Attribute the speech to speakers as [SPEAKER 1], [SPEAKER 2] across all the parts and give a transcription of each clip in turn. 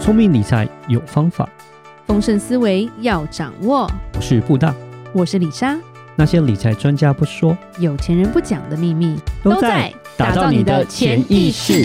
[SPEAKER 1] 聪明理财有方法，
[SPEAKER 2] 丰盛思维要掌握。
[SPEAKER 1] 我是布大。
[SPEAKER 2] 我是李莎，
[SPEAKER 1] 那些理财专家不说，
[SPEAKER 2] 有钱人不讲的秘密
[SPEAKER 1] 打造你的潜意识。，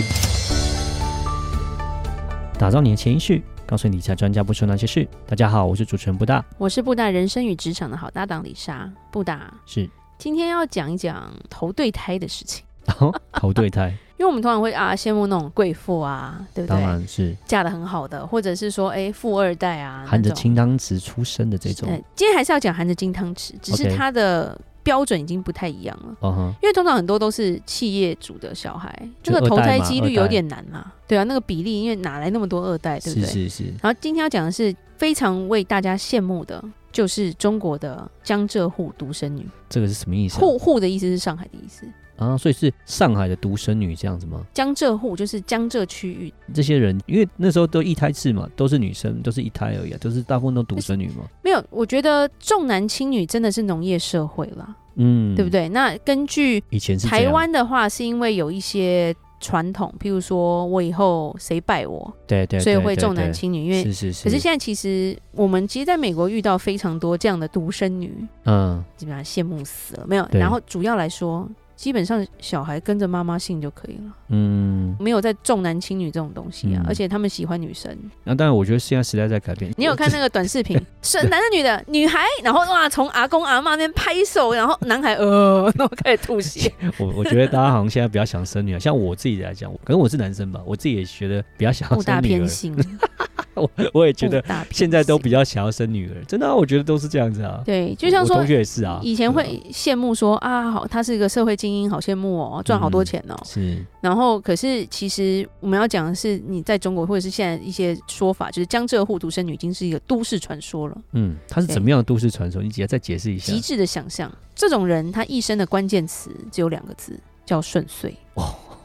[SPEAKER 1] 打造你的潜意识，告诉你理财专家不说那些事。大家好，我是主持人布大，
[SPEAKER 2] 我是布大人生与职场的好搭档李莎。布大
[SPEAKER 1] 是
[SPEAKER 2] 今天要讲一讲投对胎的事情，
[SPEAKER 1] 投哦对胎，
[SPEAKER 2] 因为我们通常会啊羡慕那种贵妇啊，对不
[SPEAKER 1] 当
[SPEAKER 2] 对？
[SPEAKER 1] 然是
[SPEAKER 2] 嫁的很好的，或者是说哎富二代啊，
[SPEAKER 1] 含着
[SPEAKER 2] 那种
[SPEAKER 1] 清汤匙出生的这种。
[SPEAKER 2] 呃今天还是要讲含着金汤匙，只是
[SPEAKER 1] OK
[SPEAKER 2] 它的标准已经不太一样了。
[SPEAKER 1] 嗯哼，
[SPEAKER 2] 因为通常很多都是企业主的小孩，这
[SPEAKER 1] 就
[SPEAKER 2] 个
[SPEAKER 1] 二代
[SPEAKER 2] 投
[SPEAKER 1] 嘛
[SPEAKER 2] 胎几
[SPEAKER 1] 二
[SPEAKER 2] 率
[SPEAKER 1] 代
[SPEAKER 2] 有点难嘛，对啊，那个比例因为哪来那么多二代，对不
[SPEAKER 1] 是
[SPEAKER 2] 对？
[SPEAKER 1] 是是，
[SPEAKER 2] 然后今天要讲的是非常为大家羡慕的，就是中国的江浙沪独生女。
[SPEAKER 1] 这个是啊什么意思
[SPEAKER 2] 沪沪的意思是上海的意思，
[SPEAKER 1] 啊？啊，所以是上海的独生女这样子吗？
[SPEAKER 2] 江浙沪就是江浙区域。
[SPEAKER 1] 这些人因为那时候都一胎制嘛，都是女生，都是一胎而已、啊，都是大部分都独生女嘛。
[SPEAKER 2] 没有，我觉得重男轻女真的是农业社会啦，
[SPEAKER 1] 嗯，
[SPEAKER 2] 对不？对？那根据
[SPEAKER 1] 以前是这样
[SPEAKER 2] 台，湾的话，是因为有一些传统，譬如说我以后谁拜我，
[SPEAKER 1] 对对对
[SPEAKER 2] 所以会
[SPEAKER 1] 对
[SPEAKER 2] 重男
[SPEAKER 1] 对
[SPEAKER 2] 轻女，因为
[SPEAKER 1] 是是是，
[SPEAKER 2] 可是现在其实我们其实在美国遇到非常多这样的独生女，
[SPEAKER 1] 嗯，
[SPEAKER 2] 基本上羡慕死了。没有，
[SPEAKER 1] 对
[SPEAKER 2] 然后主要来说，基本上小孩跟着妈妈姓就可以了，
[SPEAKER 1] 嗯，
[SPEAKER 2] 没有在重男轻女这种东西啊。
[SPEAKER 1] 嗯
[SPEAKER 2] 而且他们喜欢 女生，
[SPEAKER 1] 那当然，我觉得现在时代在改变。
[SPEAKER 2] 你有 看那个短视频，是男的女的，女孩，然后哇，从阿公阿妈那边拍手，然后男孩呃，然后开始吐血。
[SPEAKER 1] 我我觉得大家好像现在比较想生女儿，像我自己来讲，可能我是男生吧，我自己也觉得比较想要
[SPEAKER 2] 不大
[SPEAKER 1] 生女
[SPEAKER 2] 偏
[SPEAKER 1] 儿，
[SPEAKER 2] 心，
[SPEAKER 1] 我 我也觉得
[SPEAKER 2] 不大偏心
[SPEAKER 1] 现在都比较想要生女儿，真的啊、我觉得都是这样子啊。
[SPEAKER 2] 对，就像
[SPEAKER 1] 我
[SPEAKER 2] 说
[SPEAKER 1] 同。学也是啊，
[SPEAKER 2] 以前
[SPEAKER 1] 对
[SPEAKER 2] 会羡慕说啊，好，他是一个社会精英，好羡慕哦，赚好多钱哦。
[SPEAKER 1] 啊是
[SPEAKER 2] 然后，可是其实我们要讲的是，你在中国或者是现在一些说法，就是江浙沪独生女已经是一个都市传说了，
[SPEAKER 1] 嗯，它是怎么样的都市传说？你姐再解释一下
[SPEAKER 2] 极致的想象。这种人，他一生的关键词只有两个字，叫顺遂。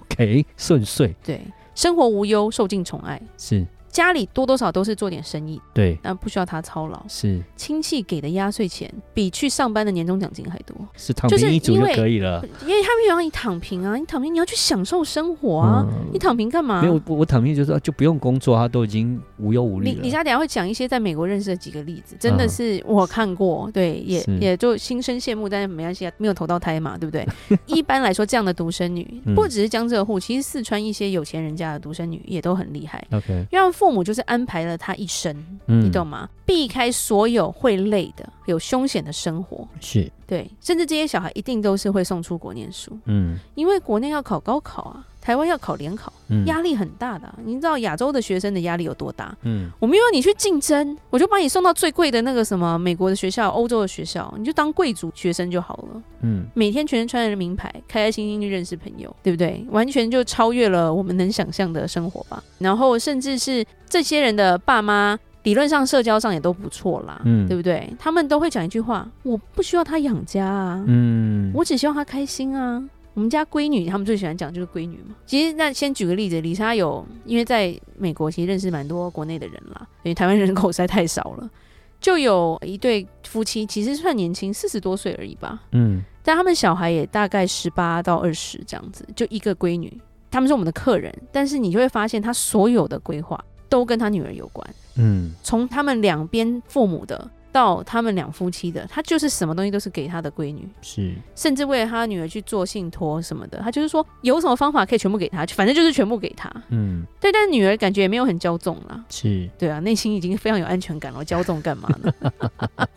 [SPEAKER 1] ，OK，顺遂
[SPEAKER 2] 对，生活无忧，受尽宠爱，
[SPEAKER 1] 是
[SPEAKER 2] 家里多多少都是做点生意，
[SPEAKER 1] 对
[SPEAKER 2] 但不需要他操劳，
[SPEAKER 1] 是
[SPEAKER 2] 亲戚给的压岁钱比去上班的年终奖金还多，
[SPEAKER 1] 是躺
[SPEAKER 2] 就是
[SPEAKER 1] 平一族
[SPEAKER 2] 因
[SPEAKER 1] 就
[SPEAKER 2] 为
[SPEAKER 1] 可以了。
[SPEAKER 2] 因为他们让你躺平啊，你躺平你要去享受生活啊，
[SPEAKER 1] 嗯
[SPEAKER 2] 你躺平干嘛？
[SPEAKER 1] 没有，我我躺平就是说就不用工作，他都已经无忧无虑
[SPEAKER 2] 你
[SPEAKER 1] 了。
[SPEAKER 2] 你下等下会讲一些在美国认识的几个例子，真的
[SPEAKER 1] 嗯
[SPEAKER 2] 是我看过，对，也
[SPEAKER 1] 是
[SPEAKER 2] 也就心生羡慕，但是没关系，啊，没有投到胎嘛，对不 对？一般来说，这样的独生女
[SPEAKER 1] 嗯
[SPEAKER 2] 不只是江浙沪，其实四川一些有钱人家的独生女也都很厉害，
[SPEAKER 1] OK，
[SPEAKER 2] 因为他们父母就是安排了她一生，
[SPEAKER 1] 嗯
[SPEAKER 2] 你懂吗？避开所有会累的、有凶险的生活，
[SPEAKER 1] 是
[SPEAKER 2] 对，甚至这些小孩一定都是会送出国念书，
[SPEAKER 1] 嗯
[SPEAKER 2] 因为国内要考高考啊，台湾要考联考，
[SPEAKER 1] 嗯
[SPEAKER 2] 压力很大的啊、你知道亚洲的学生的压力有多大？
[SPEAKER 1] 嗯
[SPEAKER 2] 我没有你去竞争，我就把你送到最贵的那个什么美国的学校、欧洲的学校，你就当贵族学生就好了。
[SPEAKER 1] 嗯
[SPEAKER 2] 每天全身穿着名牌，开开心心去认识朋友，对不对？完全就超越了我们能想象的生活吧。然后甚至是这些人的爸妈，理论上社交上也都不错啦，
[SPEAKER 1] 嗯
[SPEAKER 2] 对不对？他们都会讲一句话：我不需要他养家啊，
[SPEAKER 1] 嗯，
[SPEAKER 2] 我只希望他开心啊。我们家闺女，他们最喜欢讲就是闺女嘛。其实那先举个例子，李莎有因为在美国其实认识蛮多国内的人啦，因为台湾人口实在太少了，就有一对夫妻，其实算年轻，四十多岁而已吧，
[SPEAKER 1] 嗯
[SPEAKER 2] 但他们小孩也大概十八到二十这样子，就一个闺女，他们是我们的客人，但是你就会发现他所有的规划都跟他女儿有关，
[SPEAKER 1] 嗯
[SPEAKER 2] 从他们两边父母的到他们两夫妻的，他就是什么东西都是给他的闺女。
[SPEAKER 1] 是
[SPEAKER 2] 甚至为了他女儿去做信托什么的，他就是说有什么方法可以全部给他，反正就是全部给他。
[SPEAKER 1] 嗯
[SPEAKER 2] 对，但女儿感觉也没有很骄纵啦，
[SPEAKER 1] 是
[SPEAKER 2] 对啊，内心已经非常有安全感了，骄纵干嘛呢？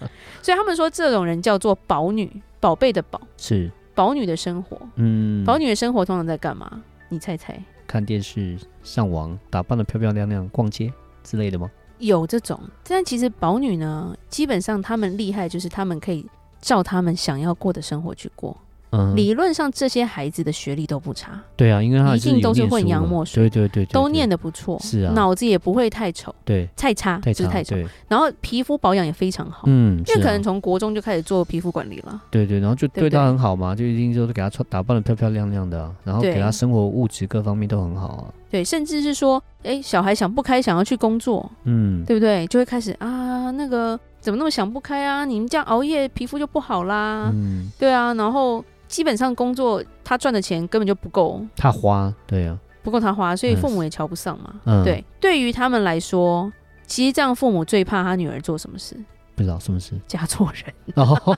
[SPEAKER 2] 所以他们说这种人叫做宝女，宝贝的宝，
[SPEAKER 1] 是
[SPEAKER 2] 宝女的生活，
[SPEAKER 1] 嗯，
[SPEAKER 2] 宝女的生活通常在干嘛？你猜猜，
[SPEAKER 1] 看电视、上网、打扮的漂漂亮亮、逛街之类的吗？
[SPEAKER 2] 有这种，但其实宝女呢，基本上他们厉害就是他们可以照他们想要过的生活去过。
[SPEAKER 1] 嗯，
[SPEAKER 2] 理论上这些孩子的学历都不差，
[SPEAKER 1] 对啊，因为他
[SPEAKER 2] 一定
[SPEAKER 1] 有
[SPEAKER 2] 都是
[SPEAKER 1] 念
[SPEAKER 2] 混
[SPEAKER 1] 书
[SPEAKER 2] 洋
[SPEAKER 1] 嘛
[SPEAKER 2] 墨
[SPEAKER 1] 对
[SPEAKER 2] 水
[SPEAKER 1] 对对，对
[SPEAKER 2] 都
[SPEAKER 1] 对
[SPEAKER 2] 念的不错，
[SPEAKER 1] 是啊
[SPEAKER 2] 脑子也不会太丑，
[SPEAKER 1] 对，
[SPEAKER 2] 太差，
[SPEAKER 1] 太
[SPEAKER 2] 不
[SPEAKER 1] 差
[SPEAKER 2] 是太丑，
[SPEAKER 1] 对，
[SPEAKER 2] 然后皮肤保养也非常好，
[SPEAKER 1] 嗯，
[SPEAKER 2] 因为
[SPEAKER 1] 是
[SPEAKER 2] 可
[SPEAKER 1] 啊
[SPEAKER 2] 能从国中就开始做皮肤管理了，
[SPEAKER 1] 对对，然后就
[SPEAKER 2] 对不
[SPEAKER 1] 对
[SPEAKER 2] 对
[SPEAKER 1] 他很好嘛，就一定就是给他穿打扮的漂漂亮亮的啊，然后给
[SPEAKER 2] 对
[SPEAKER 1] 他生活物质各方面都很好啊。
[SPEAKER 2] 对，甚至是说，哎，小孩想不开，想要去工作，
[SPEAKER 1] 嗯，
[SPEAKER 2] 对不对？就会开始啊，那个怎么那么想不开啊？你们这样熬夜，皮肤就不好啦，啊
[SPEAKER 1] 嗯，
[SPEAKER 2] 对啊，然后基本上工作他赚的钱根本就不够，
[SPEAKER 1] 他花，对啊，
[SPEAKER 2] 不够他花，所以
[SPEAKER 1] 嗯
[SPEAKER 2] 父母也瞧不上嘛。
[SPEAKER 1] 嗯
[SPEAKER 2] 对，对于他们来说，其实这样父母最怕他女儿做什么事，
[SPEAKER 1] 不知道什么事。
[SPEAKER 2] 嫁错人。
[SPEAKER 1] 哦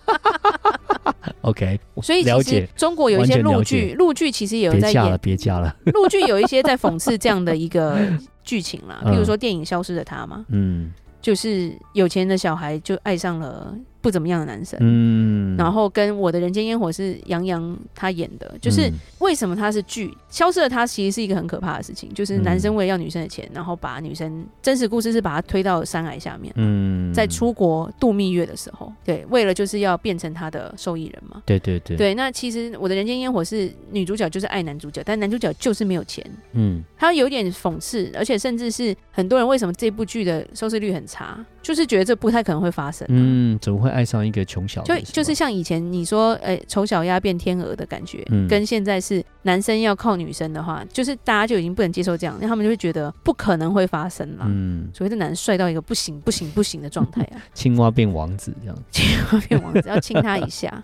[SPEAKER 1] ，OK，我
[SPEAKER 2] 所以
[SPEAKER 1] 了
[SPEAKER 2] 其
[SPEAKER 1] 解
[SPEAKER 2] 实，中国有一些
[SPEAKER 1] 完全了
[SPEAKER 2] 陆
[SPEAKER 1] 解
[SPEAKER 2] 剧，陆剧其实也有
[SPEAKER 1] 别
[SPEAKER 2] 在
[SPEAKER 1] 嫁了，
[SPEAKER 2] 演，
[SPEAKER 1] 别嫁了。
[SPEAKER 2] 陆剧有一些在讽刺这样的一个剧情啦，
[SPEAKER 1] 嗯
[SPEAKER 2] 譬如说电影《消失的她》嘛，
[SPEAKER 1] 嗯
[SPEAKER 2] 就是有钱的小孩就爱上了不怎么样的男生。
[SPEAKER 1] 嗯，
[SPEAKER 2] 然后跟我的人间烟火是杨洋他演的，就是
[SPEAKER 1] 嗯
[SPEAKER 2] 为什么他是剧消失了他其实是一个很可怕的事情，
[SPEAKER 1] 嗯
[SPEAKER 2] 就是男生为了要女生的钱，然后把女生真实故事是把她推到山崖下面，
[SPEAKER 1] 嗯
[SPEAKER 2] 在，出国度蜜月的时候，对，为了就是要变成他的受益人嘛。
[SPEAKER 1] 对对对，
[SPEAKER 2] 对，那其实我的人间烟火是女主角就是爱男主角，但男主角就是没有钱，
[SPEAKER 1] 嗯
[SPEAKER 2] 他有点讽刺，而且甚至是很多人为什么这部剧的收视率很差，就是觉得这不太可能会发生、嗯，
[SPEAKER 1] 嗯，怎么会爱上一个穷小子
[SPEAKER 2] 就
[SPEAKER 1] 吧？
[SPEAKER 2] 就是像以前你说，呃、丑小鸭变天鹅的感觉，
[SPEAKER 1] 嗯
[SPEAKER 2] 跟现在是男生要靠女生的话，就是大家就已经不能接受这样，那他们就会觉得不可能会发生啦。
[SPEAKER 1] 嗯，
[SPEAKER 2] 所谓的男帅到一个不行不行不行的状态啊，
[SPEAKER 1] 青蛙变王子这样。
[SPEAKER 2] 变王子要亲他 一下，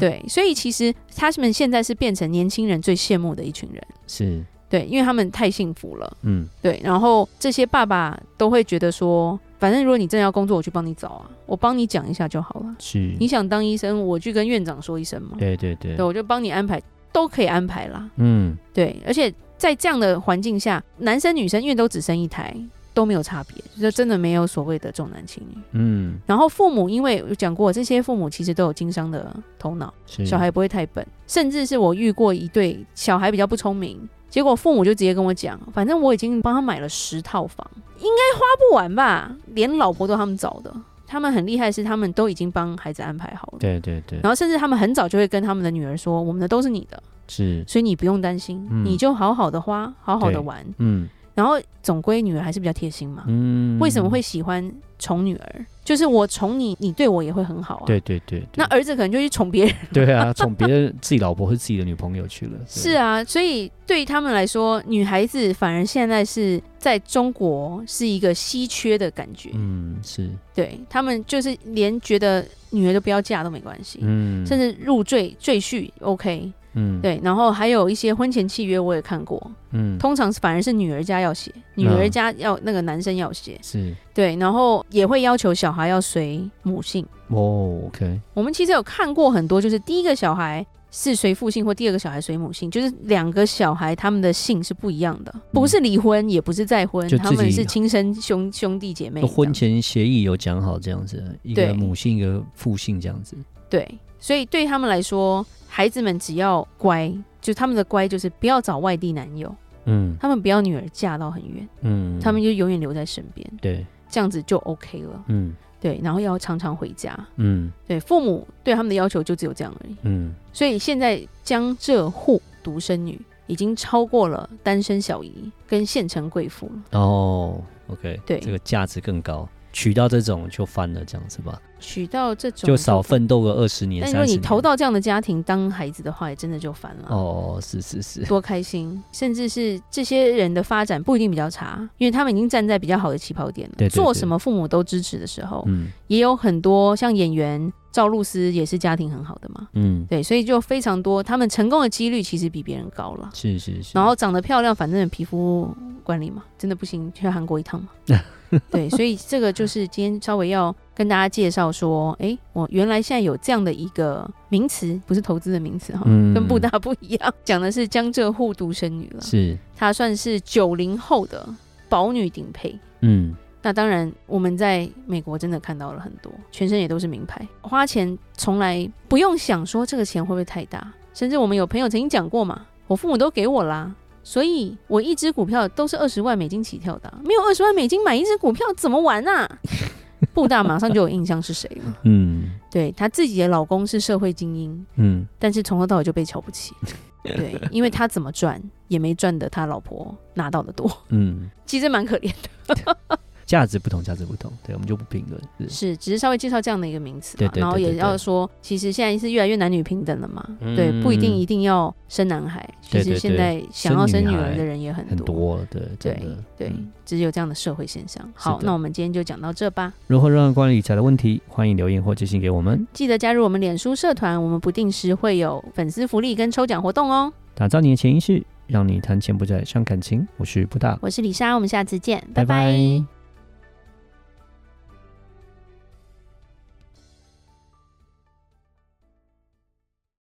[SPEAKER 2] 对，所以其实他们现在是变成年轻人最羡慕的一群人，
[SPEAKER 1] 是，
[SPEAKER 2] 对，因为他们太幸福了，
[SPEAKER 1] 嗯
[SPEAKER 2] 对，然后这些爸爸都会觉得说，反正如果你真的要工作，我去帮你找啊，我帮你讲一下就好了。
[SPEAKER 1] 是
[SPEAKER 2] 你，想当医生，我去跟院长说一声嘛，
[SPEAKER 1] 对对对
[SPEAKER 2] 对，，我就帮你安排，都可以安排啦，
[SPEAKER 1] 嗯
[SPEAKER 2] 对，而且在这样的环境下，男生女生因为都只生一胎，都没有差别，就真的没有所谓的重男轻女。
[SPEAKER 1] 嗯
[SPEAKER 2] 然后父母，因为我讲过，这些父母其实都有经商的头脑，
[SPEAKER 1] 是，
[SPEAKER 2] 小孩不会太笨，甚至是我遇过一对小孩比较不聪明，结果父母就直接跟我讲，反正我已经帮他买了十套房，应该花不完吧，连老婆都他们找的。他们很厉害，是他们都已经帮孩子安排好了，
[SPEAKER 1] 对对对，
[SPEAKER 2] 然后甚至他们很早就会跟他们的女儿说，我们的都是你的，
[SPEAKER 1] 是，
[SPEAKER 2] 所以你不用担心，
[SPEAKER 1] 嗯
[SPEAKER 2] 你就好好的花，好好的
[SPEAKER 1] 对
[SPEAKER 2] 玩。
[SPEAKER 1] 嗯
[SPEAKER 2] 然后总归女儿还是比较贴心嘛，
[SPEAKER 1] 嗯，
[SPEAKER 2] 为什么会？喜欢宠女儿？就是我宠你，你对我也会很好啊。
[SPEAKER 1] 对对对，对
[SPEAKER 2] 那儿子可能就去宠别人。
[SPEAKER 1] 对啊，宠别人 自己老婆或自己的女朋友去了，对
[SPEAKER 2] 是，啊，所以对于他们来说，女孩子反而现在是在中国是一个稀缺的感觉。
[SPEAKER 1] 嗯是，
[SPEAKER 2] 对他们就是连觉得女儿都不要嫁都没关系，
[SPEAKER 1] 嗯，
[SPEAKER 2] 甚至入赘赘婿 OK。
[SPEAKER 1] 嗯
[SPEAKER 2] 对，然后还有一些婚前契约我也看过，
[SPEAKER 1] 嗯
[SPEAKER 2] 通常反而是女儿家要写，女儿
[SPEAKER 1] 嗯
[SPEAKER 2] 家要那个男生要写。
[SPEAKER 1] 是
[SPEAKER 2] 对，然后也会要求小孩要随母姓。
[SPEAKER 1] 哦 OK
[SPEAKER 2] 我们其实有看过很多，就是第一个小孩是随父姓或第二个小孩随母姓，就是两个小孩他们的姓是不一样的，不是离婚，也不是再婚
[SPEAKER 1] 嗯就，自
[SPEAKER 2] 他
[SPEAKER 1] 己
[SPEAKER 2] 们是亲生兄兄弟姐妹这样。
[SPEAKER 1] 婚前协议有讲好这样子，一个
[SPEAKER 2] 对
[SPEAKER 1] 母姓一个父姓这样子，
[SPEAKER 2] 对，所以对他们来说，孩子们只要乖，就他们的乖就是不要找外地男友，
[SPEAKER 1] 嗯
[SPEAKER 2] 他们不要女儿嫁到很远，
[SPEAKER 1] 嗯，
[SPEAKER 2] 他们就永远留在身边，
[SPEAKER 1] 对，
[SPEAKER 2] 这样子就 OK 了。
[SPEAKER 1] 嗯
[SPEAKER 2] 对，然后要常常回家。
[SPEAKER 1] 嗯
[SPEAKER 2] 对，父母对他们的要求就只有这样而已。
[SPEAKER 1] 嗯
[SPEAKER 2] 所以现在江浙沪独生女已经超过了单身小姨跟县城贵妇了。
[SPEAKER 1] 哦 OK，
[SPEAKER 2] 对
[SPEAKER 1] 这个价值更高，娶到这种就翻了这样子吧，
[SPEAKER 2] 娶到这种
[SPEAKER 1] 就少奋斗个二十年
[SPEAKER 2] 但如
[SPEAKER 1] 三
[SPEAKER 2] 果
[SPEAKER 1] 十
[SPEAKER 2] 你啊
[SPEAKER 1] 年，
[SPEAKER 2] 投到这样的家庭当孩子的话，也真的就烦了。
[SPEAKER 1] 哦是是是，
[SPEAKER 2] 多开心！甚至是这些人的发展不一定比较差，因为他们已经站在比较好的起跑点了。
[SPEAKER 1] 对对
[SPEAKER 2] 做
[SPEAKER 1] 对
[SPEAKER 2] 什么父母都支持的时候，
[SPEAKER 1] 嗯
[SPEAKER 2] 也有很多像演员赵露思也是家庭很好的嘛。
[SPEAKER 1] 嗯
[SPEAKER 2] 对，所以就非常多，他们成功的几率其实比别人高了。
[SPEAKER 1] 是是是，
[SPEAKER 2] 然后长得漂亮，反正皮肤管理嘛，真的不行，去韩国一趟嘛。 对，所以这个就是今天稍微要跟大家介绍说，诶，我原来现在有这样的一个名词，不是投资的名词哈，
[SPEAKER 1] 嗯
[SPEAKER 2] 跟布大不一样，讲的是江浙沪独生女了，
[SPEAKER 1] 是
[SPEAKER 2] 她算是九零后的保女顶配。
[SPEAKER 1] 嗯
[SPEAKER 2] 那当然，我们在美国真的看到了很多，全身也都是名牌，花钱从来不用想说这个钱会不会太大，甚至我们有朋友曾经讲过嘛，我父母都给我啦，所以我一只股票都是二十万美金起跳的啊、没有二十万美金买一只股票怎么玩啊？ 布大马上就有印象是谁了，
[SPEAKER 1] 嗯
[SPEAKER 2] 对她自己的老公是社会精英，
[SPEAKER 1] 嗯
[SPEAKER 2] 但是从头到尾就被瞧不起，对，因为他怎么赚也没赚得他老婆拿到的多，
[SPEAKER 1] 嗯，
[SPEAKER 2] 其实蛮可怜的。
[SPEAKER 1] 价值不同，价值不同，对我们就不评论，是
[SPEAKER 2] 是，只是稍微介绍这样的一个名词嘛，
[SPEAKER 1] 对对对
[SPEAKER 2] 然后也
[SPEAKER 1] 对对
[SPEAKER 2] 要说，其实现在是越来越男女平等了嘛，
[SPEAKER 1] 嗯
[SPEAKER 2] 对，不一定一定要生男孩，
[SPEAKER 1] 对
[SPEAKER 2] 其实
[SPEAKER 1] 对
[SPEAKER 2] 现
[SPEAKER 1] 对
[SPEAKER 2] 在想要生
[SPEAKER 1] 生女
[SPEAKER 2] 女
[SPEAKER 1] 孩
[SPEAKER 2] 儿的人也很
[SPEAKER 1] 很多了，对真
[SPEAKER 2] 对
[SPEAKER 1] 的
[SPEAKER 2] 对
[SPEAKER 1] 嗯，
[SPEAKER 2] 只有这样的社会现象。
[SPEAKER 1] 是
[SPEAKER 2] 好，
[SPEAKER 1] 的
[SPEAKER 2] 那我们今天就讲到这吧，
[SPEAKER 1] 如何任何关于理财的问题，欢迎留言或寄信给我们。
[SPEAKER 2] 记得加入我们脸书社团，我们不定时会有粉丝福利跟抽奖活动哦。
[SPEAKER 1] 打造你的潜意识，
[SPEAKER 2] 让你谈钱不再伤感情。我是布大，
[SPEAKER 1] 我是李莎，我们下次见，
[SPEAKER 2] 拜
[SPEAKER 1] 拜
[SPEAKER 2] 拜